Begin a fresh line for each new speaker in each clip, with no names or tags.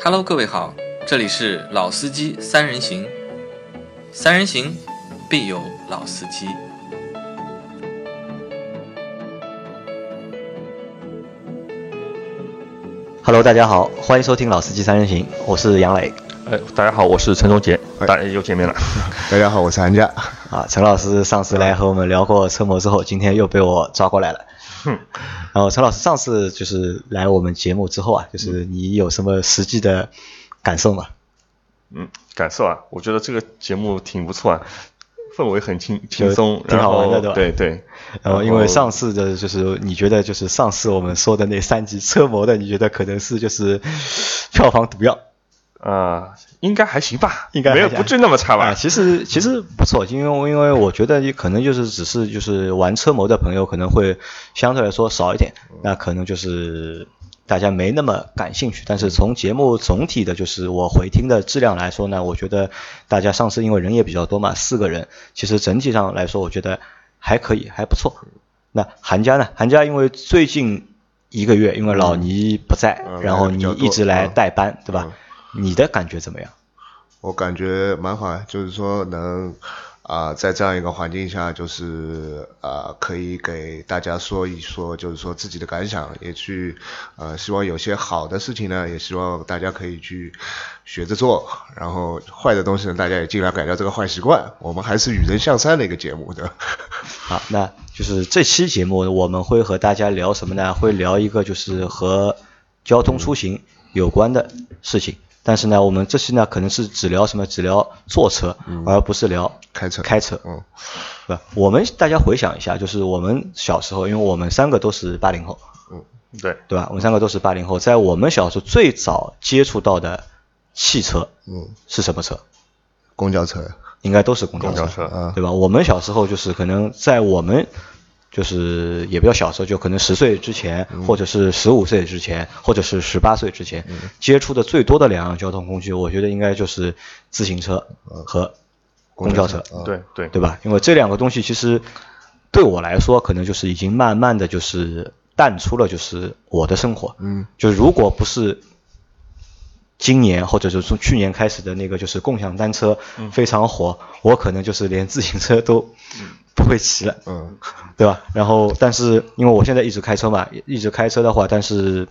Hello，各位好，这里是老司机三人行，三人行必有老司机。
Hello，大家好，欢迎收听《老司机三人行》，我是杨磊
哎，大家好，我是陈忠杰，
哎
大家又见面了。
大家好，我是韩佳。
啊。陈老师上次来和我们聊过车模之后，今天又被我抓过来了。然后陈老师上次就是来我们节目之后啊，就是你有什么实际的感受吗？
嗯，感受啊，我觉得这个节目挺不错啊，氛围很轻轻松，
挺
然
好玩
后
的对吧
对对，
然后因为上次的就是你觉得就是上次我们说的那三集车模的，你觉得可能是就是票房毒药。
啊、应该还行吧，
应该
没有
还
不至于那么差
啊，
吧？
其实其实不错，因为我因为我觉得可能就是只是就是玩车模的朋友可能会相对来说少一点，
嗯
那可能就是大家没那么感兴趣。但是从节目总体的就是我回听的质量来说呢，我觉得大家上次因为人也比较多嘛，四个人，其实整体上来说我觉得还可以，还不错。
嗯
那韩家呢？韩家因为最近一个月因为老倪不在，
嗯
然后你一直来
嗯
代班，对吧？
嗯
你的感觉怎么样？
我感觉蛮好的，就是说能啊、在这样一个环境下，就是啊、可以给大家说一说，就是说自己的感想，也去呃，希望有些好的事情呢，也希望大家可以去学着做，然后坏的东西呢，大家也尽量改掉这个坏习惯。我们还是与人向善的一个节目的。
好，那就是这期节目我们会和大家聊什么呢？会聊一个就是和交通出行有关的事情。但是呢，我们这期呢可能是只聊什么？只聊坐车，而不是聊
开车
开车，
嗯，
对吧？我们大家回想一下，就是我们小时候，因为我们三个都是八零后，
对，
对吧？我们三个都是八零后，在我们小时候最早接触到的汽车，
嗯，
是什么车？
公交车，
应该都是公交车，
公交车
嗯
对吧？我们小时候就是可能在我们就是也不叫小时候，就可能十岁之前，或者是十五岁之前，或者是十八岁之前、接触的最多的两样交通工具，我觉得应该就是自行车和公交车，
嗯
对对
啊对吧？因为这两个东西其实对我来说，可能就是已经慢慢的就是淡出了，就是我的生活。
嗯，
就如果不是今年或者是从去年开始的那个就是共享单车
嗯
非常火，我可能就是连自行车都不会骑了，
嗯，
对吧？然后，但是因为我现在一直开车嘛，一直开车的话，但是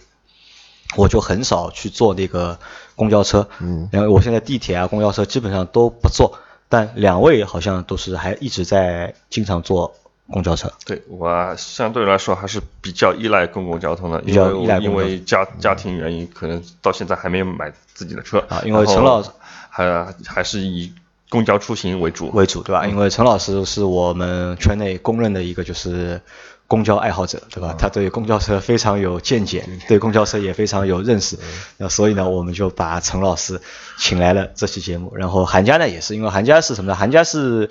我就很少去坐那个公交车，
嗯
然后我现在地铁啊、公交车基本上都不坐，但两位好像都是还一直在经常坐公交车，
对，我相对来说还是比较依赖公共交通的，
比
因
较
为
依赖
我
公
因
共嗯
为家家庭原因，可能到现在还没有买自己的车
啊因为陈老师
还还是以公交出行为主。
为主，对吧？因为陈老师是我们圈内公认的一个就是公交爱好者，对吧？他对公交车非常有见解，对公交车也非常有认识。那所以呢，我们就把陈老师请来了这期节目。然后韩家呢，也是因为韩家是什么呢？韩家是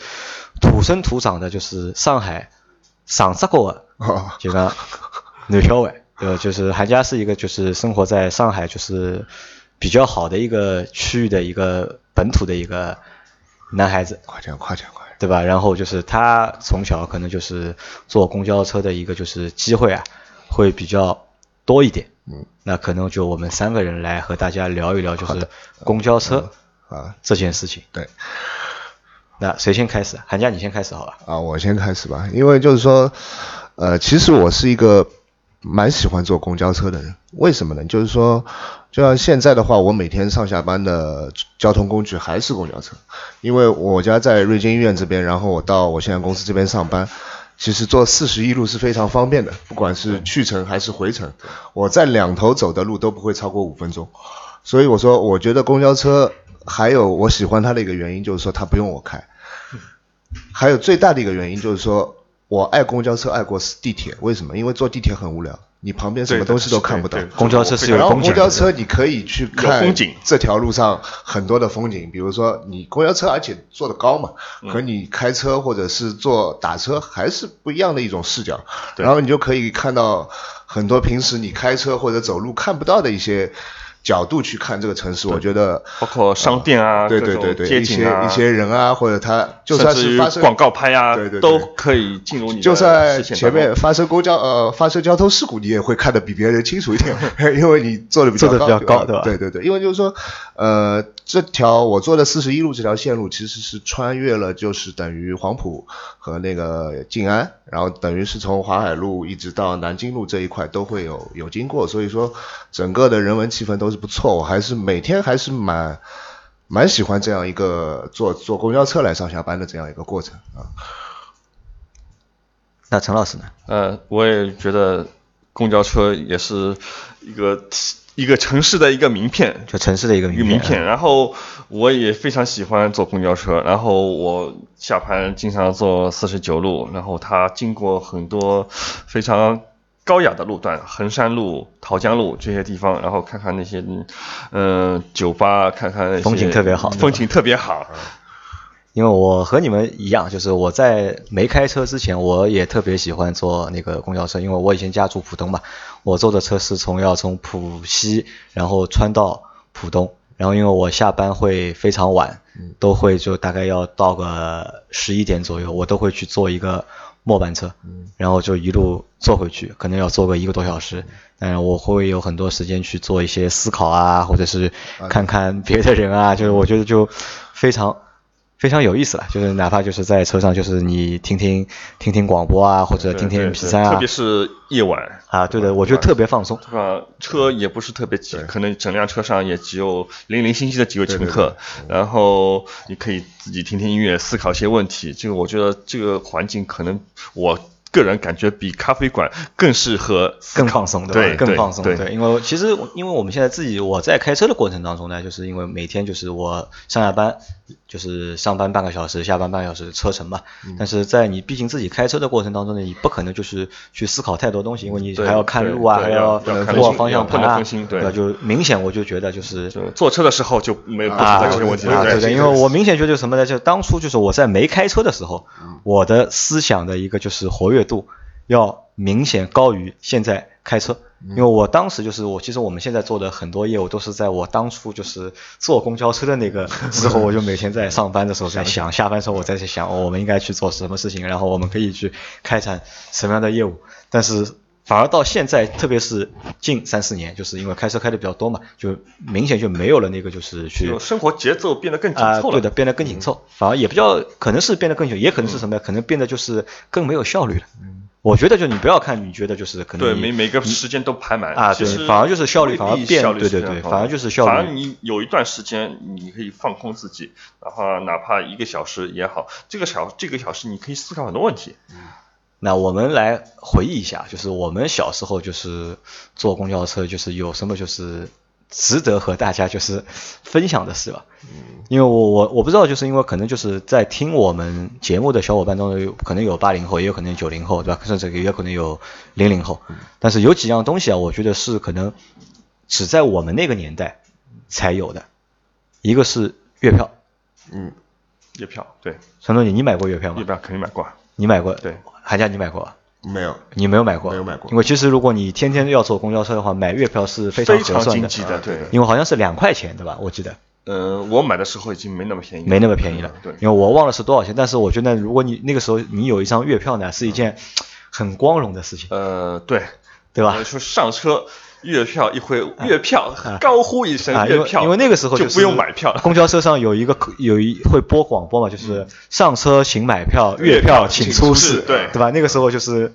土生土长的，就是上海上浙过的
哦，
就讲南小湾，对吧？就是韩家是一个就是生活在上海就是比较好的一个区域的一个本土的一个男孩子。
快点，快点，快点，
对吧？然后就是他从小可能就是坐公交车的一个就是机会啊，会比较多一点。
嗯，
那可能就我们三个人来和大家聊一聊，就是公交车
啊
这件事情。
对。
那谁先开始？韩佳，你先开始好吧？
啊，我先开始吧，因为就是说，呃，其实我是一个蛮喜欢坐公交车的人，为什么呢？就是说，就像现在的话，我每天上下班的交通工具还是公交车，因为我家在瑞金医院这边，然后我到我现在公司这边上班。其实坐四十一路是非常方便的，不管是去程还是回程，我在两头走的路都不会超过五分钟。所以我说，我觉得公交车还有我喜欢它的一个原因就是说它不用我开，还有最大的一个原因就是说，我爱公交车爱过地铁，为什么？因为坐地铁很无聊，你旁边什么东西都看不到
对。的
公交车是有
然后
风景
公
的
交车你可以去看
有风景
这条路上很多的风景，比如说你公交车，而且坐得高嘛，
嗯
和你开车或者是坐打车还是不一样的一种视角。
对
然后你就可以看到很多平时你开车或者走路看不到的一些角度去看这个城市，我觉得
包括商店啊，
呃对
各
对
种
对对，
街
一
景
些
啊，
一些人啊，或者他就
甚
算
至
是
于
发生
广告拍啊，
对对对
都可以进入你的
就算
视线
前
当中
面发生公交呃发生交通事故，你也会看得比别人清 楚一点，因为你坐的比较
坐得比较
高
高对吧
对对对，因为就是说，呃，这条我坐的四十一路这条线路其实是穿越了，就是等于黄埔和那个静安，然后等于是从淮海路一直到南京路这一块都会有有经过，所以说整个的人文气氛都是不错，我还是每天还是蛮。蛮喜欢这样一个坐坐公交车来上下班的这样一个过程啊，
那陈老师呢？
呃，我也觉得公交车也是一个一个城市的一个名片，
就城市的一个
一个
名
名片。然后我也非常喜欢坐公交车，然后我下班经常坐四十九路，然后它经过很多非常高雅的路段，衡山路、桃江路这些地方，然后看看那些嗯、呃酒吧，看看那些
风景特别好
风景特别好。
因为我和你们一样，就是我在没开车之前，我也特别喜欢坐那个公交车，因为我以前家住浦东嘛，我坐的车是从要从浦西，然后穿到浦东，然后因为我下班会非常晚，都会就大概要到个十一点左右，我都会去坐一个末班车，
嗯
然后就一路坐回去，可能要坐个一个多小时，但是我会有很多时间去做一些思考啊，或者是看看别的人 啊，就是我觉得就非常。非常有意思了，就是哪怕就是在车上，就是你听听听听广播啊，或者听听
对对
MP 三
特
啊
别，是夜晚，
啊，对的，我觉得特别放松。
对吧？车也不是特别挤，可能整辆车上也只有零零星星的几位乘客，嗯然后你可以自己听听音乐，思考一些问题。这个我觉得这个环境可能我个人感觉比咖啡馆更适合思
更
考
放松，
对
吧？更
对
放松，
对
因为其实因为我们现在自己我在开车的过程当中呢，就是因为每天就是我上下班，就是上班半个小时，下班半个小时车程嘛。
嗯
但是在你毕竟自己开车的过程当中呢，你不可能就是去思考太多东西，因为你
对
还要看路啊，
对
还
对要要看
握
路
方向
不
盘
能
啊
分心，对
吧？就明显我就觉得就是
就坐车的时候就没有不存
啊
在这些问题，
啊，
对不
对的，因为我明显觉得就是什么呢？就当初就是我在没开车的时候，我的思想的一个就是活跃度要明显高于现在开车，因为我当时就是我其实我们现在做的很多业务都是在我当初就是坐公交车的那个时候，我就每天在上班的时候在想，下班的时候我在想、哦我们应该去做什么事情，然后我们可以去开展什么样的业务，但是。反而到现在，特别是近三四年，就是因为开车开的比较多嘛，就明显就没有了那个就是去
就生活节奏变得更紧
啊、
凑
对
了。嗯
的，变得更紧凑，反而也比较可能是变得更紧，也可能是什么呀？可能变得就是更没有效率了。我觉得就你不要看，你觉得就是可能
嗯对，
你
每每个时间都排满
啊
其
对
实
反而就是效率
未必
反而变
效率
对对
是非常
对
高
反
的
而就是效率
反而你有一段时间你可以放空自己，哪怕哪怕一个小时也好，这个小这个小时你可以思考很多问题。
那我们来回忆一下，就是我们小时候就是坐公交车，就是有什么就是值得和大家就是分享的事吧。因为我我我不知道，就是因为可能就是在听我们节目的小伙伴当中有，可能有八零后，也有可能九零后，对吧？甚至也有可能有零零后。但是有几样东西啊，我觉得是可能只在我们那个年代才有的，一个是月票。
嗯
月票对，
陈总，你你买过月票
月
吗？
票肯定买过啊。
你买过？
对，
寒假你买过啊吧？
没有，
你没有买过，
没有买过
因为其实如果你天天要坐公交车的话，买月票是非常
非
合
常
算
经
的，啊
济的，对。
因为好像是两块钱，对吧？我记得
呃，我买的时候已经没那么便宜了，
没那么便宜了
嗯，对，
因为我忘了是多少钱。但是我觉得，如果你那个时候你有一张月票呢，是一件很光荣的事情，
呃，对，
对吧
我？说上车月票一挥，月票高呼一
啊，
声，
因
月
为
呃票，
因为那个时候
就是不用买票了。
公交车上有一个有一会播广播嘛，就是上车请买票，嗯月票请出示，
示对
对吧？那个时候就是。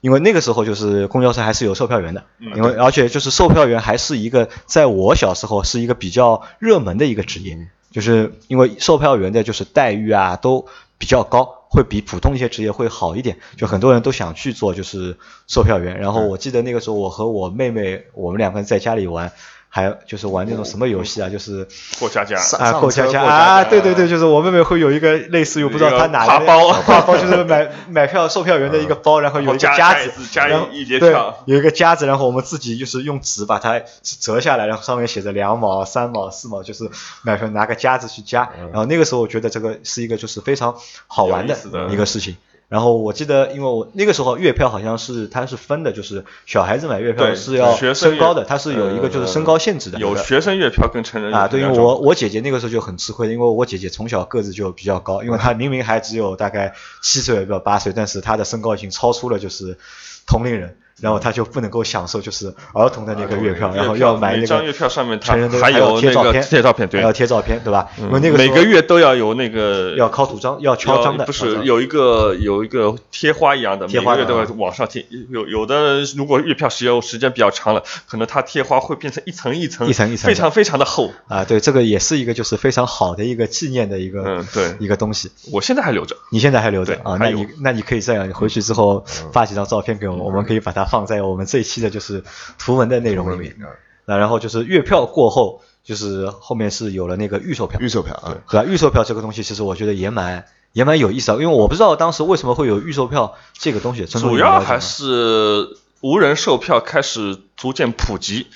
因为那个时候就是公交车还是有售票员的，因为
对
而且就是售票员还是一个在我小时候是一个比较热门的一个职业，就是因为售票员的就是待遇啊都比较高，会比普通一些职业会好一点，就很多人都想去做就是售票员。然后我记得那个时候我和我妹妹我们两个人在家里玩，还就是玩那种什么游戏啊，就是
过家家，
上
啊，
上
过
车
家家
过家
啊，
家
对对对，就是我妹妹会有一个类似于我不知道她拿
爬
的那
包嗯
个 爬包就是买买票售票员的一个包，然后有一个
加
夹
夹
子
子，加一
然后
一叠
对
票
有一个夹子，然后我们自己就是用纸把它折下来，然后上面写着两毛、三毛、四毛，就是买票拿个夹子去夹。然后那个时候我觉得这个是一个就是非常好玩
嗯有意思的
一个事情。然后我记得，因为我那个时候月票好像是它是分的，就是小孩子买月票
对
是要
学生
升高的，
月嗯呃
它是有一个就是升高限制的。
有
对
学生月票跟成人月
啊，
票
对，因
两
为
种
我我姐姐那个时候就很吃亏的，因为我姐姐从小个子就比较高，因为她明明还只有大概七岁到八岁，但是她的身高已经超出了就是同龄人，然后她就不能够享受就是儿童的那个月票，然后要买
每
那
张
个
啊月票上面它
成人的
还
要
有
贴
那
照
个
片，
贴照片对
还要贴照片，对吧？因为
嗯
那个时
每
候
个月都要有那个
要敲土章，要敲章的，
不
敲
是
章
有一个有一个贴花一样的，每
贴花
个月
的
都要
啊
往上贴。有有的如果月票时间时间比较长了，可能它贴花会变成一层一层
一层一层的
非常非常的厚。
啊，对，这个也是一个就是非常好的一个纪念的一个、
嗯对
一个东西。
我现在还留着。
你现在还留着
对
啊？那
还有嗯
你那你可以这样，回去之后发几张照片给我，我们可以把它放在我们这一期的就是图文的内容里面。
啊，
那然后就是月票过后，就是后面是有了那个预售票，
预售票啊，
对吧？预售票这个东西，其实我觉得也蛮也蛮有意思啊，因为我不知道当时为什么会有预售票这个东西，陈总
主
你了
要
解吗
还是无人售票开始逐渐普及。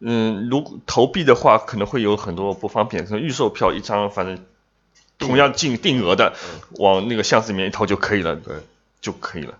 嗯，如果投币的话，可能会有很多不方便，可能预售票一张，反正同样进定额的，
嗯
往那个箱子里面一投就可以了，
对，
就可以了。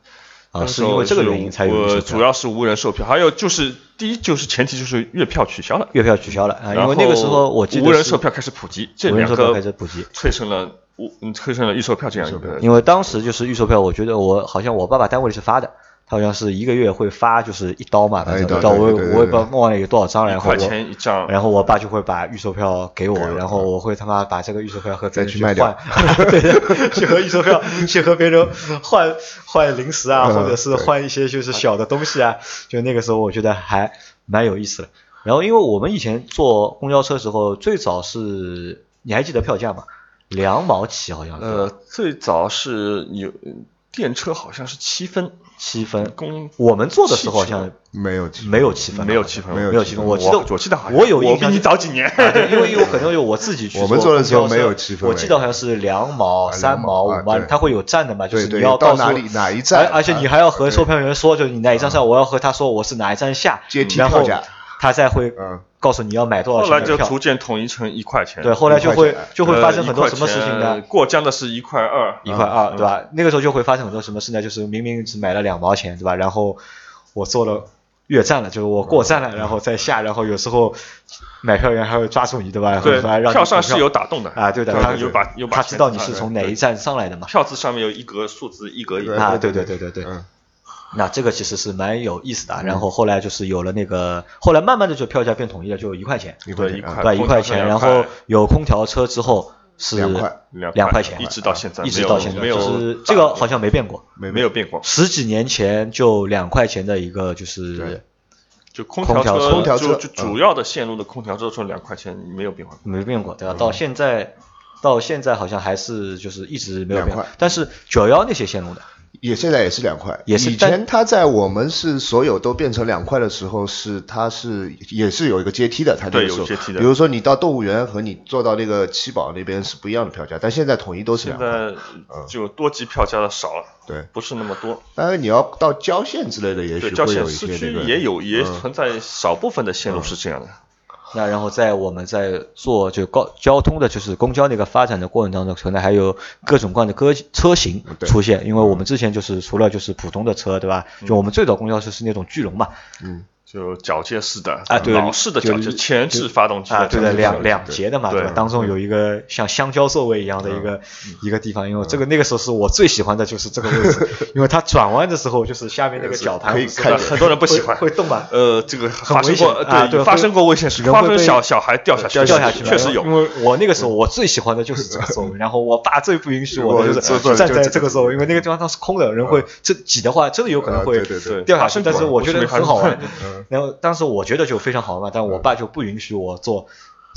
啊，是因为这个原因才有预售
我
票
呃主要是无人售票，还有就是第一就是前提就是月票取消了，
月票取消了啊，
然
因
后
为那个时候我记得
无人
是
售票开始普及，这
无人
两
售
个
票开始普及，
催生了无嗯催生了预售票这样一个
因为当时就是预售票，我觉得我好像我爸爸单位里是发的，他好像是一个月会发就是一刀嘛，反
哎
正
对
一刀我也
对对对
我也不知道忘了有多少张，
一
然后
块
我
钱一张，
然后我爸就会把预售票给我
给，我
然
嗯
后我会他妈把这个预售票和别人
再去
去
卖掉
换， 对的，去和预售票 去和别人换换零食啊，
嗯
或者是换一些就是小的东西啊，就那个时候我觉得还蛮有意思的。然后因为我们以前坐公交车的时候，最早是你还记得票价吗？两毛起好像
呃
是，
最早是有电车好像是七分，
七分，
公
我们坐的时候好像
没有机会
没有七分，
没有七分，
没
没
有
有
七
七
分
分。我记得
我记得好像
我有
我
印
比
象
你早几年，
啊对因为有可能有我自己去坐
我
公交车。
们坐的时候没有积分
我记得好像是两毛、
啊
三毛、
两毛啊
五毛，
对
它会有站的嘛，就是
对
你要告
到哪
诉
里哪一站啊
而而且你还要和售票员说，就是你哪一站上，我要和他说我是哪一站下，
阶梯
然
票
后
价
他再会
嗯
告诉你要买多少
后来
钱
就
的
逐
票。
渐统一成一块钱，
对，后来就
一
会
块钱
就会发生
呃
很多什么事情
一块
呢
钱？过江的是一块二，
一块
嗯
二，对吧？那个时候就会发生很多什么事呢？就是明明只买了两毛钱，对吧？然后我坐了越站了，就是我过站
嗯
了，然后再下，然后有时候买票员还会抓住你，对吧？
对，
还让你
票上
投
是有打洞的
啊，对的，
票
他
上有把有把
他
钱
知道你
打
是
的
从哪
对
一站上来的嘛？
票子上面有一格数字，一格一格。
啊，对对对对对，
嗯
那这个其实是蛮有意思的啊。
嗯
然后后来就是有了那个，后来慢慢的就票价变统一了，就一块钱，
一块
对
钱
一
啊
块
对吧，一块钱。然后
空调车两块
有空调车之后是
两块
两块
两块钱，啊
一直到现在
一直
没有
到现在，
没有
就是这个好像没变过。
没
没有变过，
十几年前就两块钱的一个就
对
是
就空
空
车
调
就，
车空
调车
就
嗯
主要的线路的空调车从两块钱没有变化过。
没变过，对吧？
嗯
到现在到现在好像还是就是一直没有变
两
过
块，
但是九幺那些线路的
也现在也是两块，
也是
以
但
前它在我们是所有都变成两块的时候，是它是也是有一个阶梯的，它那
对
个时候
有阶梯的
比如说你到动物园和你坐到那个七宝那边是不一样的票价，但现在统一都是
现
两块。
在
嗯
就多级票价的少了，
对，
不是那么多。
当然你要到郊县之类的，也
对，
许
郊
会
县
有一
市
些
区
那个
也有，也
嗯
存在少部分的
嗯
线路是这样的。
那然后在我们在做就高交通的，就是公交那个发展的过程当中，可能还有各种各样的车车型
对
出现。因为我们之前就是除了就是普通的车，对吧？就我们最早公交车是那种巨龙嘛，
就铰接式的
啊对
老式的
就
铰接，前置发动机
啊，对的，
铰接
两两节的嘛，
对
吧？当中有一个像香蕉座位一样的一个一个地方，因为这个那个时候是我最喜欢的就是这个位置，因为它转弯的时候就是下面那个绞盘
可以
是
看
吧
见
很多人不喜欢
会会动吧？
呃，这个
很
发生
危险
过，
啊对
发
会
生过危险事，
人
发
会
生
被
小小孩掉下去，
掉下去嘛
确实
然后
有。嗯
因为我那个时候我最喜欢的就是 这个座位，然后我爸最不允许我的就
我坐
是站
就
在
这
这
个
个座位，因为那个地方它是空的，
嗯
人会这挤的话，真的有可能会
啊对对对
掉下
发
去
生。
但
过嗯
是我觉
我
得
是没
很好玩
嗯，
然后当时我觉得就非常好玩嘛，但我爸就不允许我坐。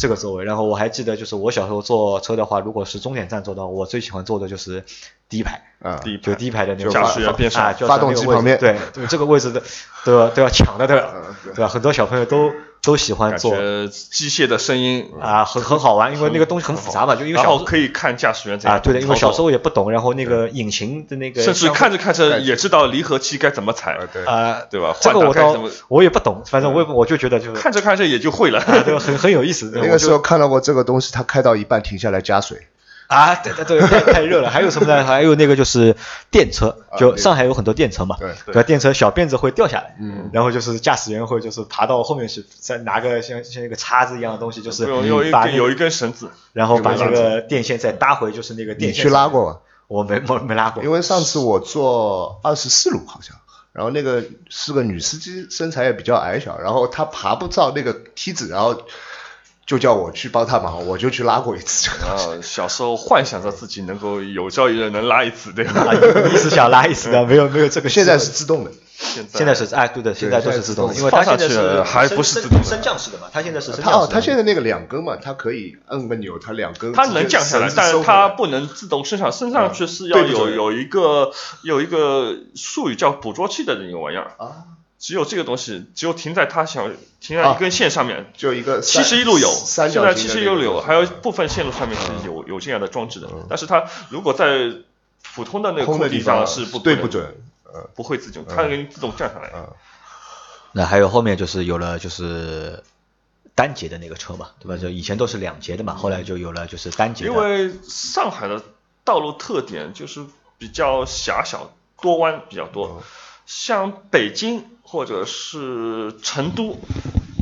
这个座位，然后我还记得，就是我小时候坐车的话，如果是终点站坐的话，我最喜欢坐的就是第一排，
啊，
第一
就
排
第一排的那
就
个
驾驶员边上
啊，就是
发动
那个
机
位置
旁边嗯
对，对这个位置的都要都要抢的，对吧？对吧？很多小朋友都都喜欢
感
坐，
觉机械的声音，
啊，很很好玩，因为那个东西很复杂嘛，就因为
然
小
后
时
可以看驾驶员怎
啊，
样
对的，因为小时
操
候也不懂，然后那个引擎的那个
作，甚至
像
看着看着也知道离合器该怎么踩
啊，对，
啊，
对吧
这个
换挡
我
该
倒
怎么嗯
我也不懂，反正我也不我就觉得就是啊
看着看着也就会了。
啊，对，很很有意思。
那
我
个
就
时候看到过这个东西，它开到一半停下来加水，
啊，对对对，太太热了。还有什么呢？还有那个就是电车，就上海有很多电车嘛，
啊对
对吧？电车小辫子会掉下来，嗯，然后就是驾驶员会就是爬到后面去，再拿个像像一个叉子一样的东西，就是
有有一
把
根
那
有一根绳子，
然后把这个电线再搭回，就是那个
你
电线。
去拉过？吗？
我没没没拉过，
因为上次我坐二十四路好像，然后那个是个女司机，身材也比较矮小，然后她爬不到那个梯子，然后就叫我去帮她忙，我就去拉过一次。
然后小时候幻想着自己能够有朝一日能拉一次，对吧？
啊，一时想拉一时 的，没有没有这个习
现
惯。
在是自动的，
现在
现在是哎，对的，现在都是自动的，
现在
因为
是自动的
它现在
放上去
是
还不是自动的
升升降式的嘛，它现在是升
它
降式
哦，
的。
它现在那个两根嘛，它可以摁个钮，它两根
它能降下来
直，接
但是
绳子收回来
它不能自动升上，升上去是要
对不
有
准
有一个有一个术语叫捕捉器的那个玩意儿，
啊，
只有这个东西，只有停在它想停在一根线上面。
就一个
七
三
十一路有，
啊三
现
角
在
形
七
的
十一
那
路
个嗯
有，
东西
还有部分线路上面是有有这样的装置的，但是它如果在普通的那个
空
空
的
地
地
上
方
是不
对
不
不准，呃嗯
不会自动，它给你自动降下来。
那还有后面就是有了就是单节的那个车嘛，对吧？就以前都是两节的嘛，后来就有了就是单节的。
因为上海的道路特点就是比较狭小，多弯比较
嗯
多。像北京或者是成都，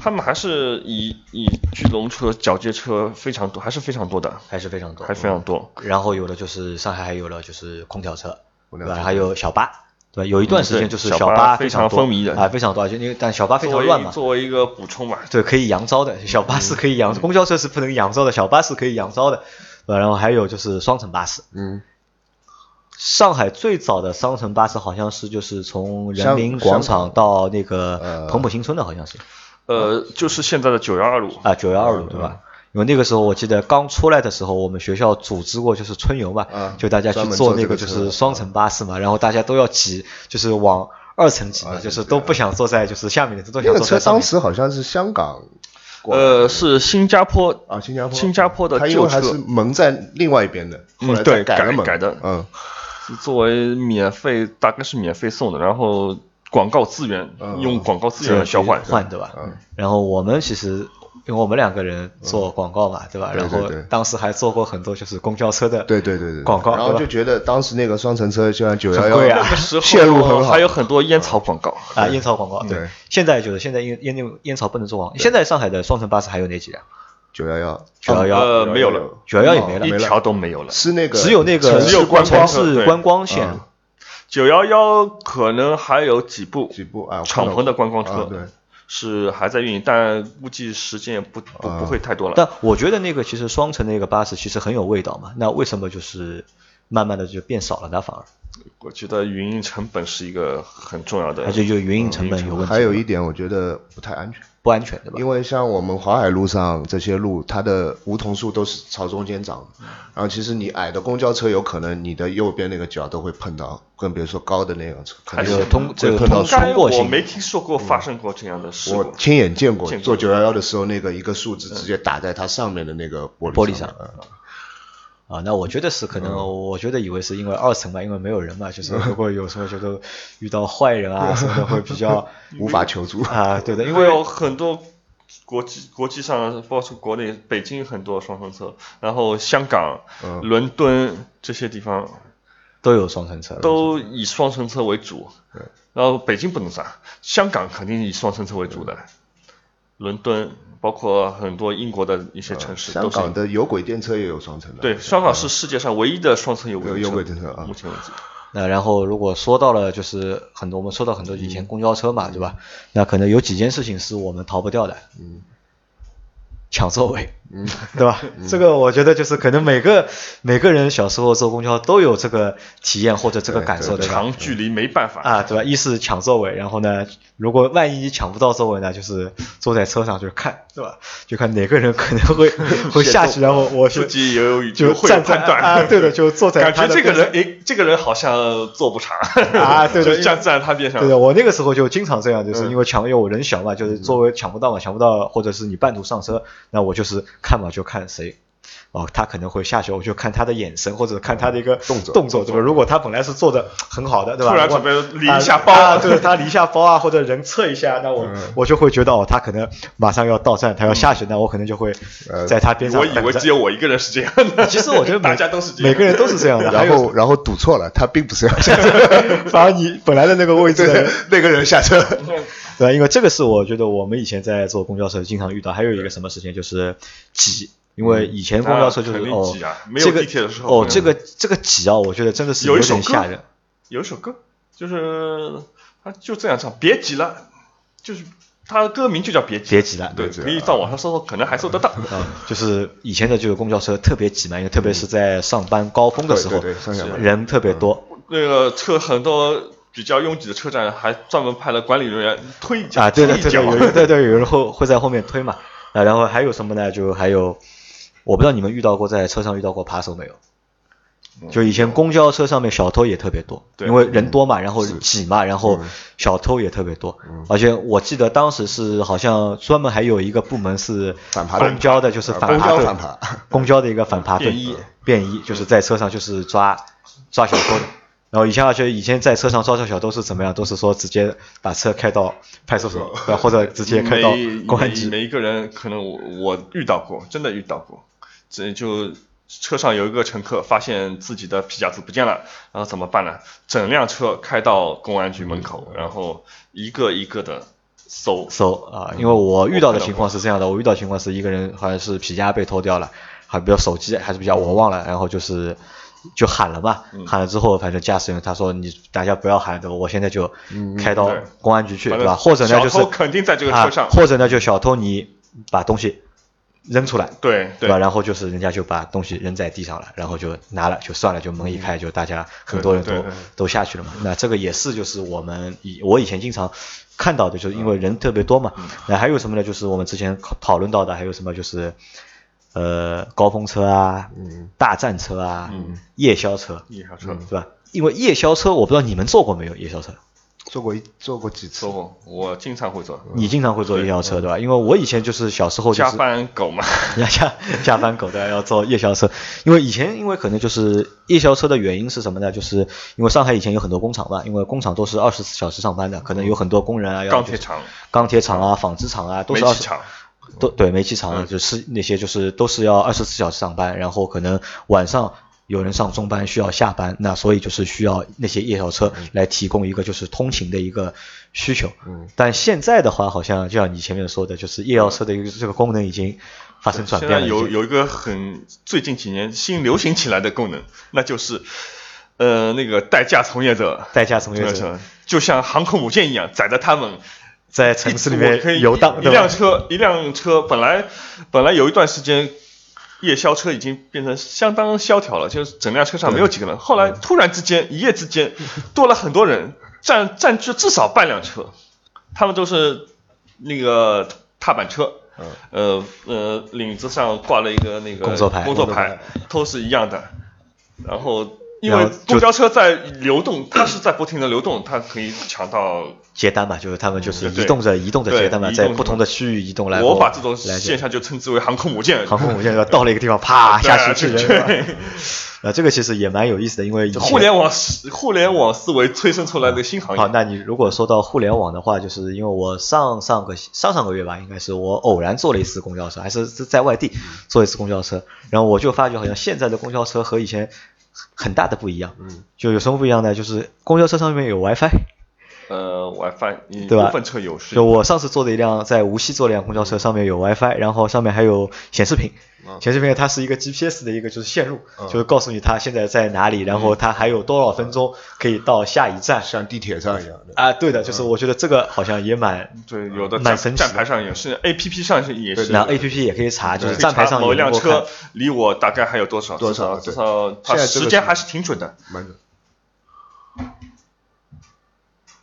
他们还是以以巨龙车、脚接车非常多，还是非常多
嗯
的，
还是非常多，
还非常多。
然后有了就是上海还有了就是空调车，
空
对
调
吧？
车
还有小巴，对吧？有一段时间就是
嗯对
小
小巴
非常
非常风靡的
多啊，非常多，就那个但小巴非
作
常
为
乱嘛，
作为一个补充吧，
对，可以扬招的，小巴是可以扬，公交车是不能扬招的，小巴是可以扬招的，呃，然后还有就是双层巴士，
嗯，
上海最早的双层巴士好像是就是从人
香
民
香
广场到那个
呃
彭浦新村的，好像是
呃，
嗯
就是现在的九幺二路，
啊九幺二路对吧？因为那个时候我记得刚出来的时候，我们学校组织过就是春游嘛，
啊
就大家去
专门
坐
坐
那
这
个
个
就
车
是双层巴士嘛，然后大家都要挤，就是往二层挤嘛，
二层
就是
挤啊
都不想坐在就是下面的，都
那
想
个
坐在
车
上
当
面。
时好像是香港过来的。
呃，是新加坡
啊，新加坡，
新加坡的
它因
旧
为还
车
是蒙在另外一边的，
嗯
后来
对
再改了门，
改改的
嗯，
作为免费，大概是免费送的，然后广告资源、
嗯
用广告资源来
交
交换，
换对吧？然后我们其实。因为我们两个人做广告嘛，对吧？
嗯对
然后
对对
当时还做过很多就是公交车的
对对对对，
广告
然后
对吧
就觉得当时那个双层车就像九幺
很贵啊
幺
那个时候
线路很好，
还有很多烟草广告。
啊，烟草广告对
对。
现在就是现在烟烟烟草不能做广告，现在上海的双层巴士还有哪几辆？
九幺幺，
九幺幺
呃，没有了，
九幺幺也没
一
了，
条都没有了。
是那个
只有那个
城
只有
市
观光
城
车
市
对
观光线
嗯
九幺幺可能还有几部
几部啊，
敞篷的观光
啊
车，
对，
是还在运营，但估计时间也不不
啊
不会太多了。
但我觉得那个其实双层那个巴士其实很有味道嘛，那为什么就是慢慢的就变少了呢？反而
我觉得运营成本是一个很重要的，
而且就运营成本有问题，
还有一点我觉得不太安全，
不安全对吧？
因为像我们淮海路上这些路，它的梧桐树都是朝中间长的，然后其实你矮的公交车有可能你的右边那个角都会碰到，更别说高的那辆车，可
还
能
这
是
个通这个
碰到
通
应该
通过
我
性
没听说过发生过这样的事
我
故。
亲眼见过
见过
做九幺幺的时候，那个一个数字直接打在它上面的那个玻
玻璃
上呃
上。啊，那我觉得是可能，我觉得以为是因为二层嘛，因为没有人嘛，就是如果有时候觉得遇到坏人啊什么的会比较
无法求助。
嗯
啊，对的，因
因为
为
有很多国际国际上，包括国内，北京很多双层车，然后香港、伦敦这些地方
都有双层车，
都以双层车为主。然后北京不能算，香港肯定以双层车为主的，伦敦包括很多英国的一些城
啊
市
呃香
都是。
港的有轨电车也有双层的。
对，香港是世界上唯一的双层有轨
有有轨电车啊
目前为止。
那然后如果说到了就是很多我们说到很多以
嗯
前公交车嘛，对吧？那可能有几件事情是我们逃不掉的，
嗯，
抢座位，嗯， 对吧？这个我觉得就是可能每个每个人小时候坐公交都有这个体验或者这个感受，对吧？嗯
长距离没办法，
啊，对吧？一是抢座位，然后呢，如果万一抢不到座位呢，就是坐在车上就是看，对吧？就看哪个人可能 会会下去，然后我
自
就
己也有
就
也会有
站在
判断
啊，对的，就坐在
感
他
觉
的
这个
边上
人，诶，这个人好像坐不长
啊对的因
就
为
站站在他边上嗯
对。的，我那个时候就经常这样，就是因为抢，因为我人小嘛，就是座位抢不到嘛，抢不到，或者是你半途上车，那我就是看嘛，就看谁哦，他可能会下去，我就看他的眼神或者看他的一个
动作
动作，对吧？如果他本来是做的很好的，对吧？
嗯突然
如果
准备离一下
啊
包嗯
啊对他离一下包啊，或者人侧一下，那我、我就会觉得哦，他可能马上要到站，他要下去，那我可能就会在他边上
呃我
等
以
着。
为只有我一个人是这样的，
其实我觉 得每
大家都是这样，
每个人都是这样的，还
然
有
后然后赌错了，他并不是要下车，
反而你本来的那个位置的人，
那个人下车。
对，啊因为这个是我觉得我们以前在坐公交车经常遇到，还有一个什么事情就是挤。因为以前公交车就是、
啊肯定
哦
挤啊，没有
这个
地铁的时候
哦，这个这个挤啊，我觉得真的是
有一首
点
歌
吓人。
有一首歌，就是他就这样唱，别急了，就是他的歌名就叫别急，
别急了
对，
别急了
可以到网上搜搜，可能还搜得到。
啊，就是以前的这个公交车特别挤嘛，因为特别
嗯
是在上班高峰的时候，
对对对上下班
人特别多、
那个车很多比较拥挤的车站，还专门派了管理人员推一脚，
啊，对的
推
对的，
一脚，
有人对对有人会会在后面推嘛。啊，然后还有什么呢？就还有，我不知道你们遇到过在车上遇到过扒手没有？
嗯
嗯
就以前公交车上面小偷也特别多，
对
因为人多
嗯
嘛，然后挤嘛，然后小偷也特别多。而且我记得当时是好像专门还有一个部门是
反扒队
公交的，就是反
公
扒
交
队
反扒，
公交的一个反扒队
便衣，
便衣就是在车上就是抓抓小偷的。然后以前而且以前在车上抓小小偷是怎么样？都是说直接把车开到派出所，对或者直接开到
每
公安局。
每每一个人，可能我我遇到过，真的遇到过，这就车上有一个乘客发现自己的皮夹子不见了，然后怎么办呢？整辆车开到公安局门口，
嗯
然后一个一个的搜，
搜啊，因为我遇到的情况是这样的，我遇到情况是一个人好像是皮夹被偷掉了，还比较手机还是比较我忘了，然后就是就喊了嘛，
嗯
喊了之后，反正驾驶员他说你大家不要喊的，我现在就开到
嗯对
公安局去，
反
对吧？
正
或者呢
小
就
偷
是
肯定在这个车上
啊，或者呢就小偷你把东西扔出来，
对
对吧？然后就是人家就把东西扔在地上了，然后就拿了，就算了，就门一开，就大家很多人都
嗯对对对对
都下去了嘛。那这个也是就是我们以我以前经常看到的，就是因
嗯
为人特别多嘛。那还有什么呢？就是我们之前讨讨论到的，还有什么就是呃高峰车啊，
嗯
大战车啊，夜宵车，
一辆嗯车。
对吧？因为夜宵车，我不知道你们坐过没有夜宵车？
嗯
做过一做过几次
搜，过，我经常会做，
你经常会坐夜宵车对吧？因为我以前就是小时候就
加
是
嗯班狗嘛，
人家加加班狗的要坐夜宵车，因为以前因为可能就是夜宵车的原因是什么呢？就是因为上海以前有很多工厂吧，因为工厂都是二十四小时上班的，可能有很多工人啊，要
钢铁厂、
钢铁厂啊、纺织厂啊，都
煤
是二
气
十
厂，
都对煤气厂
嗯
啊就是那些就是都是要二十四小时上班，然后可能晚上有人上中班需要下班，那所以就是需要那些夜校车
嗯
来提供一个就是通勤的一个需求。嗯，但现在的话，好像就像你前面说的，就是夜校车的一个这个功能已经发生转
嗯现
变了已
在
经。
有有一个很最近几年新流行起来的功能，那就是呃那个代驾从业者，
代驾从业者
者啊就像航空母舰一样载着他们。
在城市里
我可以
面
一
游荡，
一
对
辆
吧？
车一辆车本来本来有一段时间。夜宵车已经变成相当萧条了，就是整辆车上没有几个人。后来突然之间，一夜之间多了很多人，占占据至少半辆车。他们都是那个踏板车，呃呃，领子上挂了一个那个
嗯工作牌
工作牌都是一样的。然后因
然
为
后就
公交车在流动，它是在不停的流动，它可以抢到
接单嘛，就是他们就是
嗯对
移动着移动着
对
接单嘛，
移
在
动着
不同的区域移 动来。
我把这种
来
现象就称之为航空母舰。
航空母舰对吧到了一个地方，啪
对啊
下去去人，
对
是吧呃，这个其实也蛮有意思的，因为以前
互联网思互联网思维催生出来的新行
好，
业，
那你如果说到互联网的话，就是因为我上上个上上个月吧，应该是我偶然坐了一次公交车，还是是在外地坐一次公交车，然后我就发觉好像现在的公交车和以前很大的不一样。嗯，就有什么不一样呢？就是公交车上面有 WiFi，
呃，WiFi
对吧
部分车有是
就我上次坐的一辆在无锡坐的一辆公交车，上面有 WiFi，然后上面还有显示屏。显示屏它是一个 GPS 的一个就是线路，就是告诉你它现在在哪里，然后它还有多少分钟可以到下一站。
像地铁上一样的。
啊，对的，就是我觉得这个好像也蛮
对有的
蛮
站
神奇的
站牌上也是，APP 上是也是
然后 A P P 也可以查，就是
可以
站牌
查
上
某
有
一辆
能够看
车离我大概还有多少
多
至
少
少至
对
少它
现在这个
时间
是
还是挺准的。
蛮准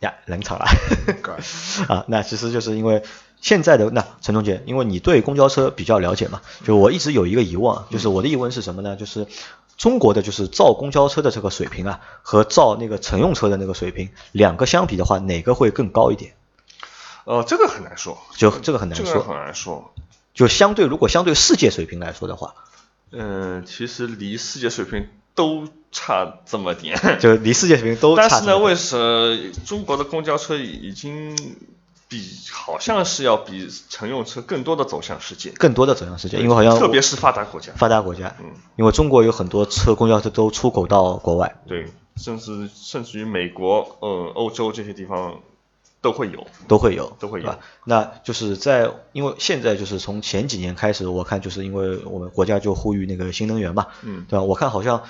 呀，冷场了
干
啊。那其实就是因为现在的那陈总姐，因为你对公交车比较了解嘛，就我一直有一个疑问啊，
嗯
就是我的疑问是什么呢？就是中国的就是造公交车的这个水平啊，和造那个乘用车的那个水平，两个相比的话，哪个会更高一点？
呃，这个很难说，
就这个很难
这
说。
个很难说。
就相对如果相对世界水平来说的话，
嗯、其实离世界水平都差这么点。
就离世界水平 都差
但
这么
是
多。
呢，为什中国的公交车已经比好像是要比乘用车更多的走向世界？
更多的走向世界，因为好像
特别是发达国家，
发达国家
嗯，
因为中国有很多车公交车都出口到国外，
对，甚至甚至于美国、嗯、欧洲这些地方都会有。
都会有，
都会有
对吧。那就是在，因为现在就是从前几年开始，我看就是因为我们国家就呼吁那个新能源嘛，
嗯
对吧？我看好像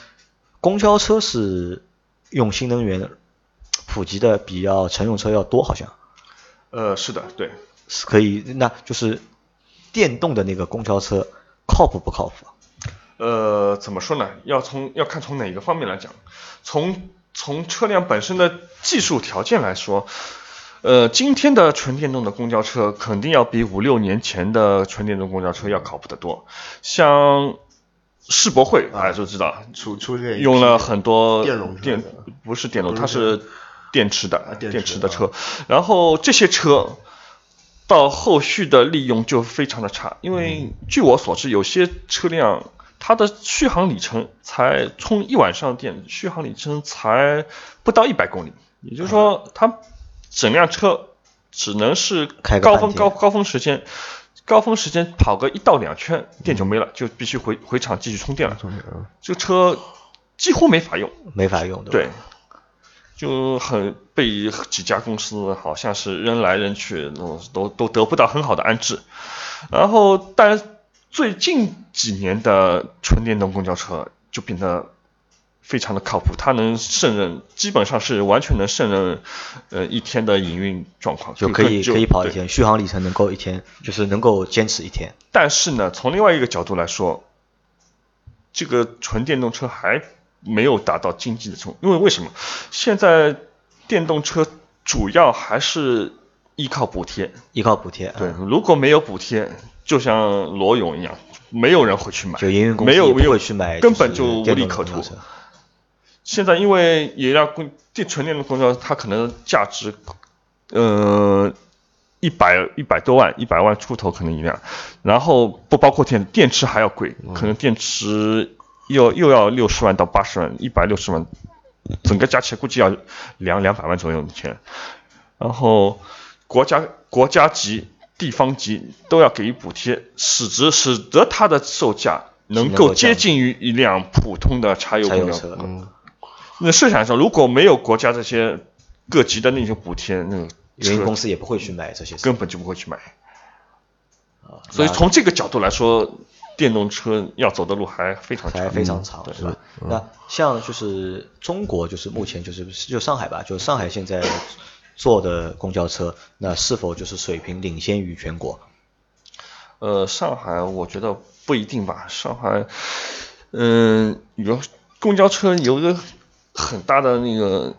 公交车是用新能源普及的比要乘用车要多，好像
呃，是的，对，
是可以。那就是电动的那个公交车靠谱不靠谱？啊
呃，怎么说呢？要从要看从哪个方面来讲，从从车辆本身的技术条件来说，呃，今天的纯电动的公交车肯定要比五六年前的纯电动公交车要靠谱得多。像世博会，大家都知道，
出出现一
用了
批
很多
电容车
电
是吧
不是电容，
不是
它是电池的、
啊电
电
池
的
啊
车。然后这些车到后续的利用就非常的差，因
嗯
为据我所知，有些车辆它的续航里程才充一晚上电，续航里程才不到一百公里，也就是
啊
说，它整辆车只能是
开个
高峰
半天
高高峰时间。高峰时间跑个一到两圈，电就没了，就必须回回厂继续充电了。
嗯
这个车几乎没法用，
没法用，对
对
吧？，
就很被几家公司好像是扔来扔去，都都都得不到很好的安置。然后，但最近几年的纯电动公交车就变得非常的靠谱，它能胜任，基本上是完全能胜任，呃，一天的营运状况，
就可以可以跑一
对
天，续航里程能够一天，就是能够坚持一天。
但是呢，从另外一个角度来说，这个纯电动车还没有达到经济的程度，因为为什么？现在电动车主要还是依靠补贴，
依靠补贴，嗯
对，，如果没有补贴，就像罗勇一样，没有人会去买，
就营运公司
没有
也
没
不
有
会去买，
根本
就
就是无
电
利
动
可
公交
图。
车
现在因为一辆公电纯电动公交，它可能价值，呃，一百一百多万，一百万出头可能一辆，然后不包括电电池还要贵，可能电池又又要六十万到八十万，一百六十万，整个加起来估计要两两百万左右的钱，然后国家国家级、地方级都要给予补贴，使之使得它的售价能
能够
够
降
接近于一辆普通的柴油
柴
公
油
交
车，
嗯，
那设想一下，如果没有国家这些各级的那种补贴，那个
运营公
车
司也不会去买这些车。
根本就不会去买。啊所以从这个角度来说，电动车要走的路还非常
还
长。
非常长，是吧？
嗯
那像就是中国，就是目前就是就上海吧，就上海现在坐的公交车，那是否就是水平领先于全国？
呃，上海我觉得不一定吧。上海，嗯、有公交车有一个很大的那个，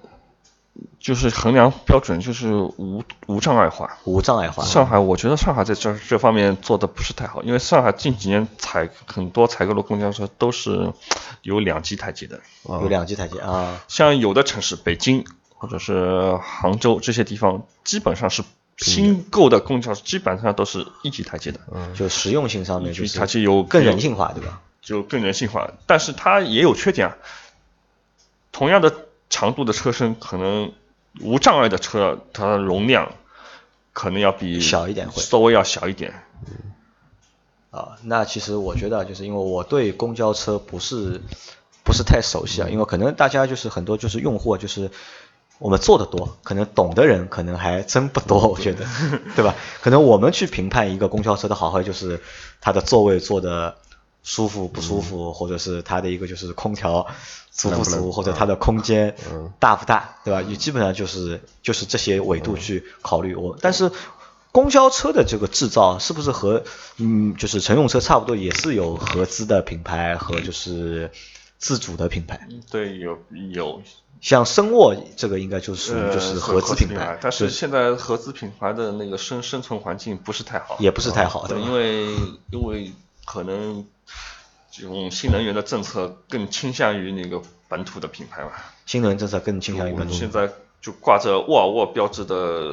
就是衡量标准就是无无障碍化。
无障碍化，
上海，我觉得上海在这这方面做的不是太好，因为上海近几年采很多采购的公交车都是有两级台阶的，
有两级台阶啊，
像有的城市，北京或者是杭州这些地方，基本上是新购的公交车基本上都是一级台阶的，
就实用性上面就
嗯它
是
就有
更人性化，对吧？
就更人性化，但是它也有缺点啊。同样的长度的车身，可能无障碍的车，它的容量可能要比
小一点会
稍微要小一点。
啊，那其实我觉得啊就是因为我对公交车不是不是太熟悉啊，因为可能大家就是很多就是用户啊就是我们做的多，可能懂的人可能还真不多，我觉得，嗯对吧？可能我们去评判一个公交车的好坏，就是它的座位坐的舒服不舒服，或者是它的一个就是空调足嗯不啊嗯足，或者它的空间大不大，对吧？也基本上就是就是这些维度去考虑我，但是。公交车的这个制造是不是和嗯，就是乘用车差不多，也是有合资的品牌和就是自主的品牌？
对，有有
像深沃这个应该就是属于
呃
就是合资品牌
牌，，但是
对
现在合资品牌的那个生生存环境不是太好，
也不是太好，
对，
对吧
因为因为可能这种新能源的政策更倾向于那个本土的品牌嘛，
新能源政策更倾向于
我
本
们
土，
现在就挂着沃尔沃标志的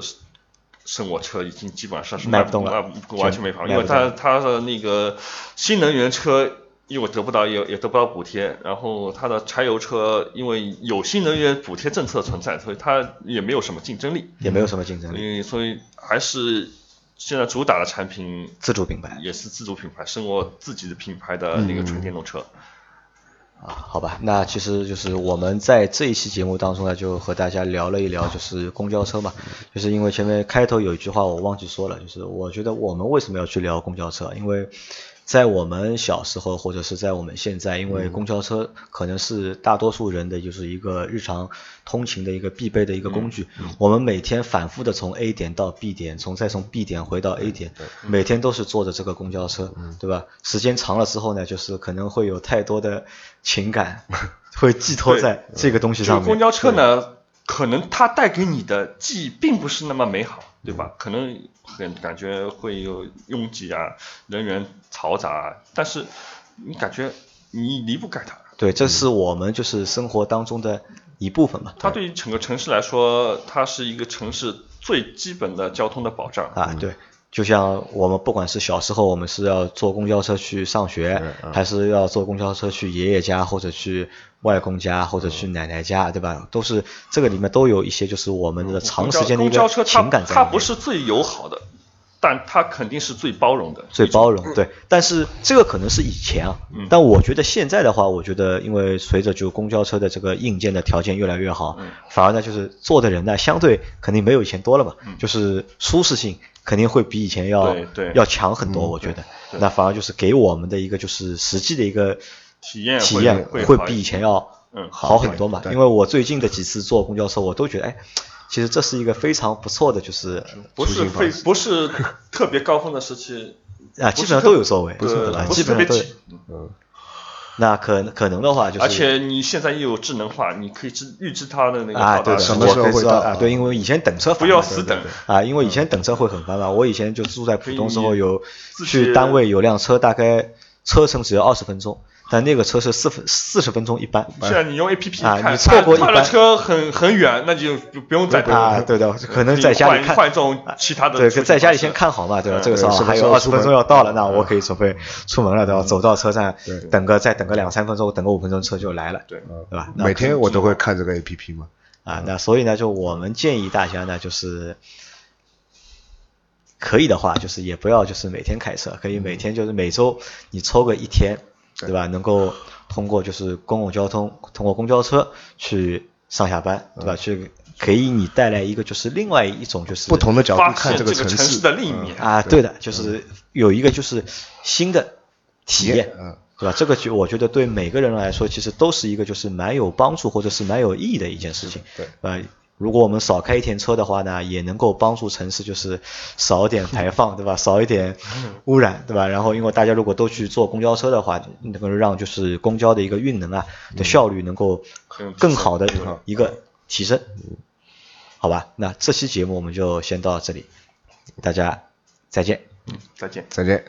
生活车已经基本上是
卖
卖
不动了
卖不完全没法，
卖
因
不
为它
动
它的那个新能源车因为我得不到也也得不到补贴，然后它的柴油车因为有新能源补贴政策存在，所以它也没有什么竞争力，
也没有什么竞争
所
力，
以所以还是现在主打的产品
自主品牌嗯
也是自主品牌，是我自己的品牌的那个纯电动车。
啊，好吧，那其实就是我们在这一期节目当中呢，就和大家聊了一聊，就是公交车嘛，就是因为前面开头有一句话我忘记说了，就是我觉得我们为什么要去聊公交车？因为在我们小时候或者是在我们现在，因为
嗯
公交车可能是大多数人的就是一个日常通勤的一个必备的一个
嗯
工具，我们每天反复的从 A 点到 B 点，从再从 B 点回到 A 点，每天都是坐着这个公交车，
嗯
对吧？时间长了之后呢，就是可能会有太多的情感会寄托
对
在这个东西
这
上
个
面。
公交车呢，可能它带给你的记忆并不是那么美好，对吧？嗯可能很感觉会有拥挤啊，人员嘈杂啊，但是你感觉你离不开它，
对，这是我们就是生活当中的一部分嘛。
它对于整个城市来说，它是一个城市最基本的交通的保障。
啊，对，就像我们不管是小时候我们是要坐公交车去上学，
嗯
还是要坐公交车去爷爷家或者去外公家或者去
嗯
奶奶家，对吧？都是这个里面都有一些就是我们的长
嗯公
时
交
间的一
公
个
交车它
情感在里
它
面。
不是最友好的，但它肯定是最包容的。
最包
嗯
容，对。但是这个可能是以前啊，但我觉得现在的话，我觉得因为随着就公交车的这个硬件的条件越来越好，
嗯
反而呢就是坐的人呢相对肯定没有以前多了嘛，就是舒适性肯定会比以前要
嗯对嗯对
要强很多，我觉得。那反而就是给我们的一个就是实际的一个
体验会
体验
会
会
好
比
一
以前要
嗯
好很多嘛。因为我最近的几次坐公交车，我都觉得哎，其实这是一个非常不错的就是
不是非不是特别高峰的时期，
啊，
不
基
是
本上
特
都有座位，
不是
啊，
不
基
是特
本
别
上都有。
挤，
那可能可能的话，就是
而且你现在又有智能化，你可以知预知它的那个
啊，
到
对
达
的，
什
时
么
间
我
时候
可以
会
知道
到
啊？对，因为以前等车
不
烦
要
嘛对
死
对
等嗯
对啊，因为以前等车会很烦嘛。我以前就住在浦东之后
可以
有
嗯自己
去单位有辆车，大概车程只要二十分钟，但那个车是四分四十分钟一班。
现在你用 A P P
啊
看，
你错过一
他
般
的车很很远，那就不不用再等
啊，对的，可能
你
在家里
换
看
换这种其他的
对，
出行
在家里
方式
先看好嘛，对吧？
嗯
这个时
对
候
什么
还
时
有
候
二十
出
分钟
门
要到了，那我可以准备出门了，对吧？
嗯
走到车站，等个再等个两三分钟，等个五分钟车就来了，
对嗯
对吧？那
每天我都会看这个 A P P 嘛。
啊，那所以呢，就我们建议大家呢，就是可以的话，就是也不要就是每天开车，可以每天就是每周你抽个一天，对吧？能够通过就是公共交通，通过公交车去上下班，对吧？去给你带来一个就是另外一种就是
嗯不同的角
发
度看
现
这
个
城
城市的另一面。
啊，对的，就是有一个就是新的体验
体验嗯，
对吧？这个就我觉得对每个人来说，其实都是一个就是蛮有帮助或者是蛮有意义的一件事情。
对，
呃，如果我们少开一天车的话呢，也能够帮助城市就是少点排放， 对吧？少一点污染，对吧？然后因为大家如果都去坐公交车的话，能够让就是公交的一个运能啊的效率能够
嗯
更好的一个提升，嗯好吧？那这期节目我们就先到这里，大家再见。
再见。
再见。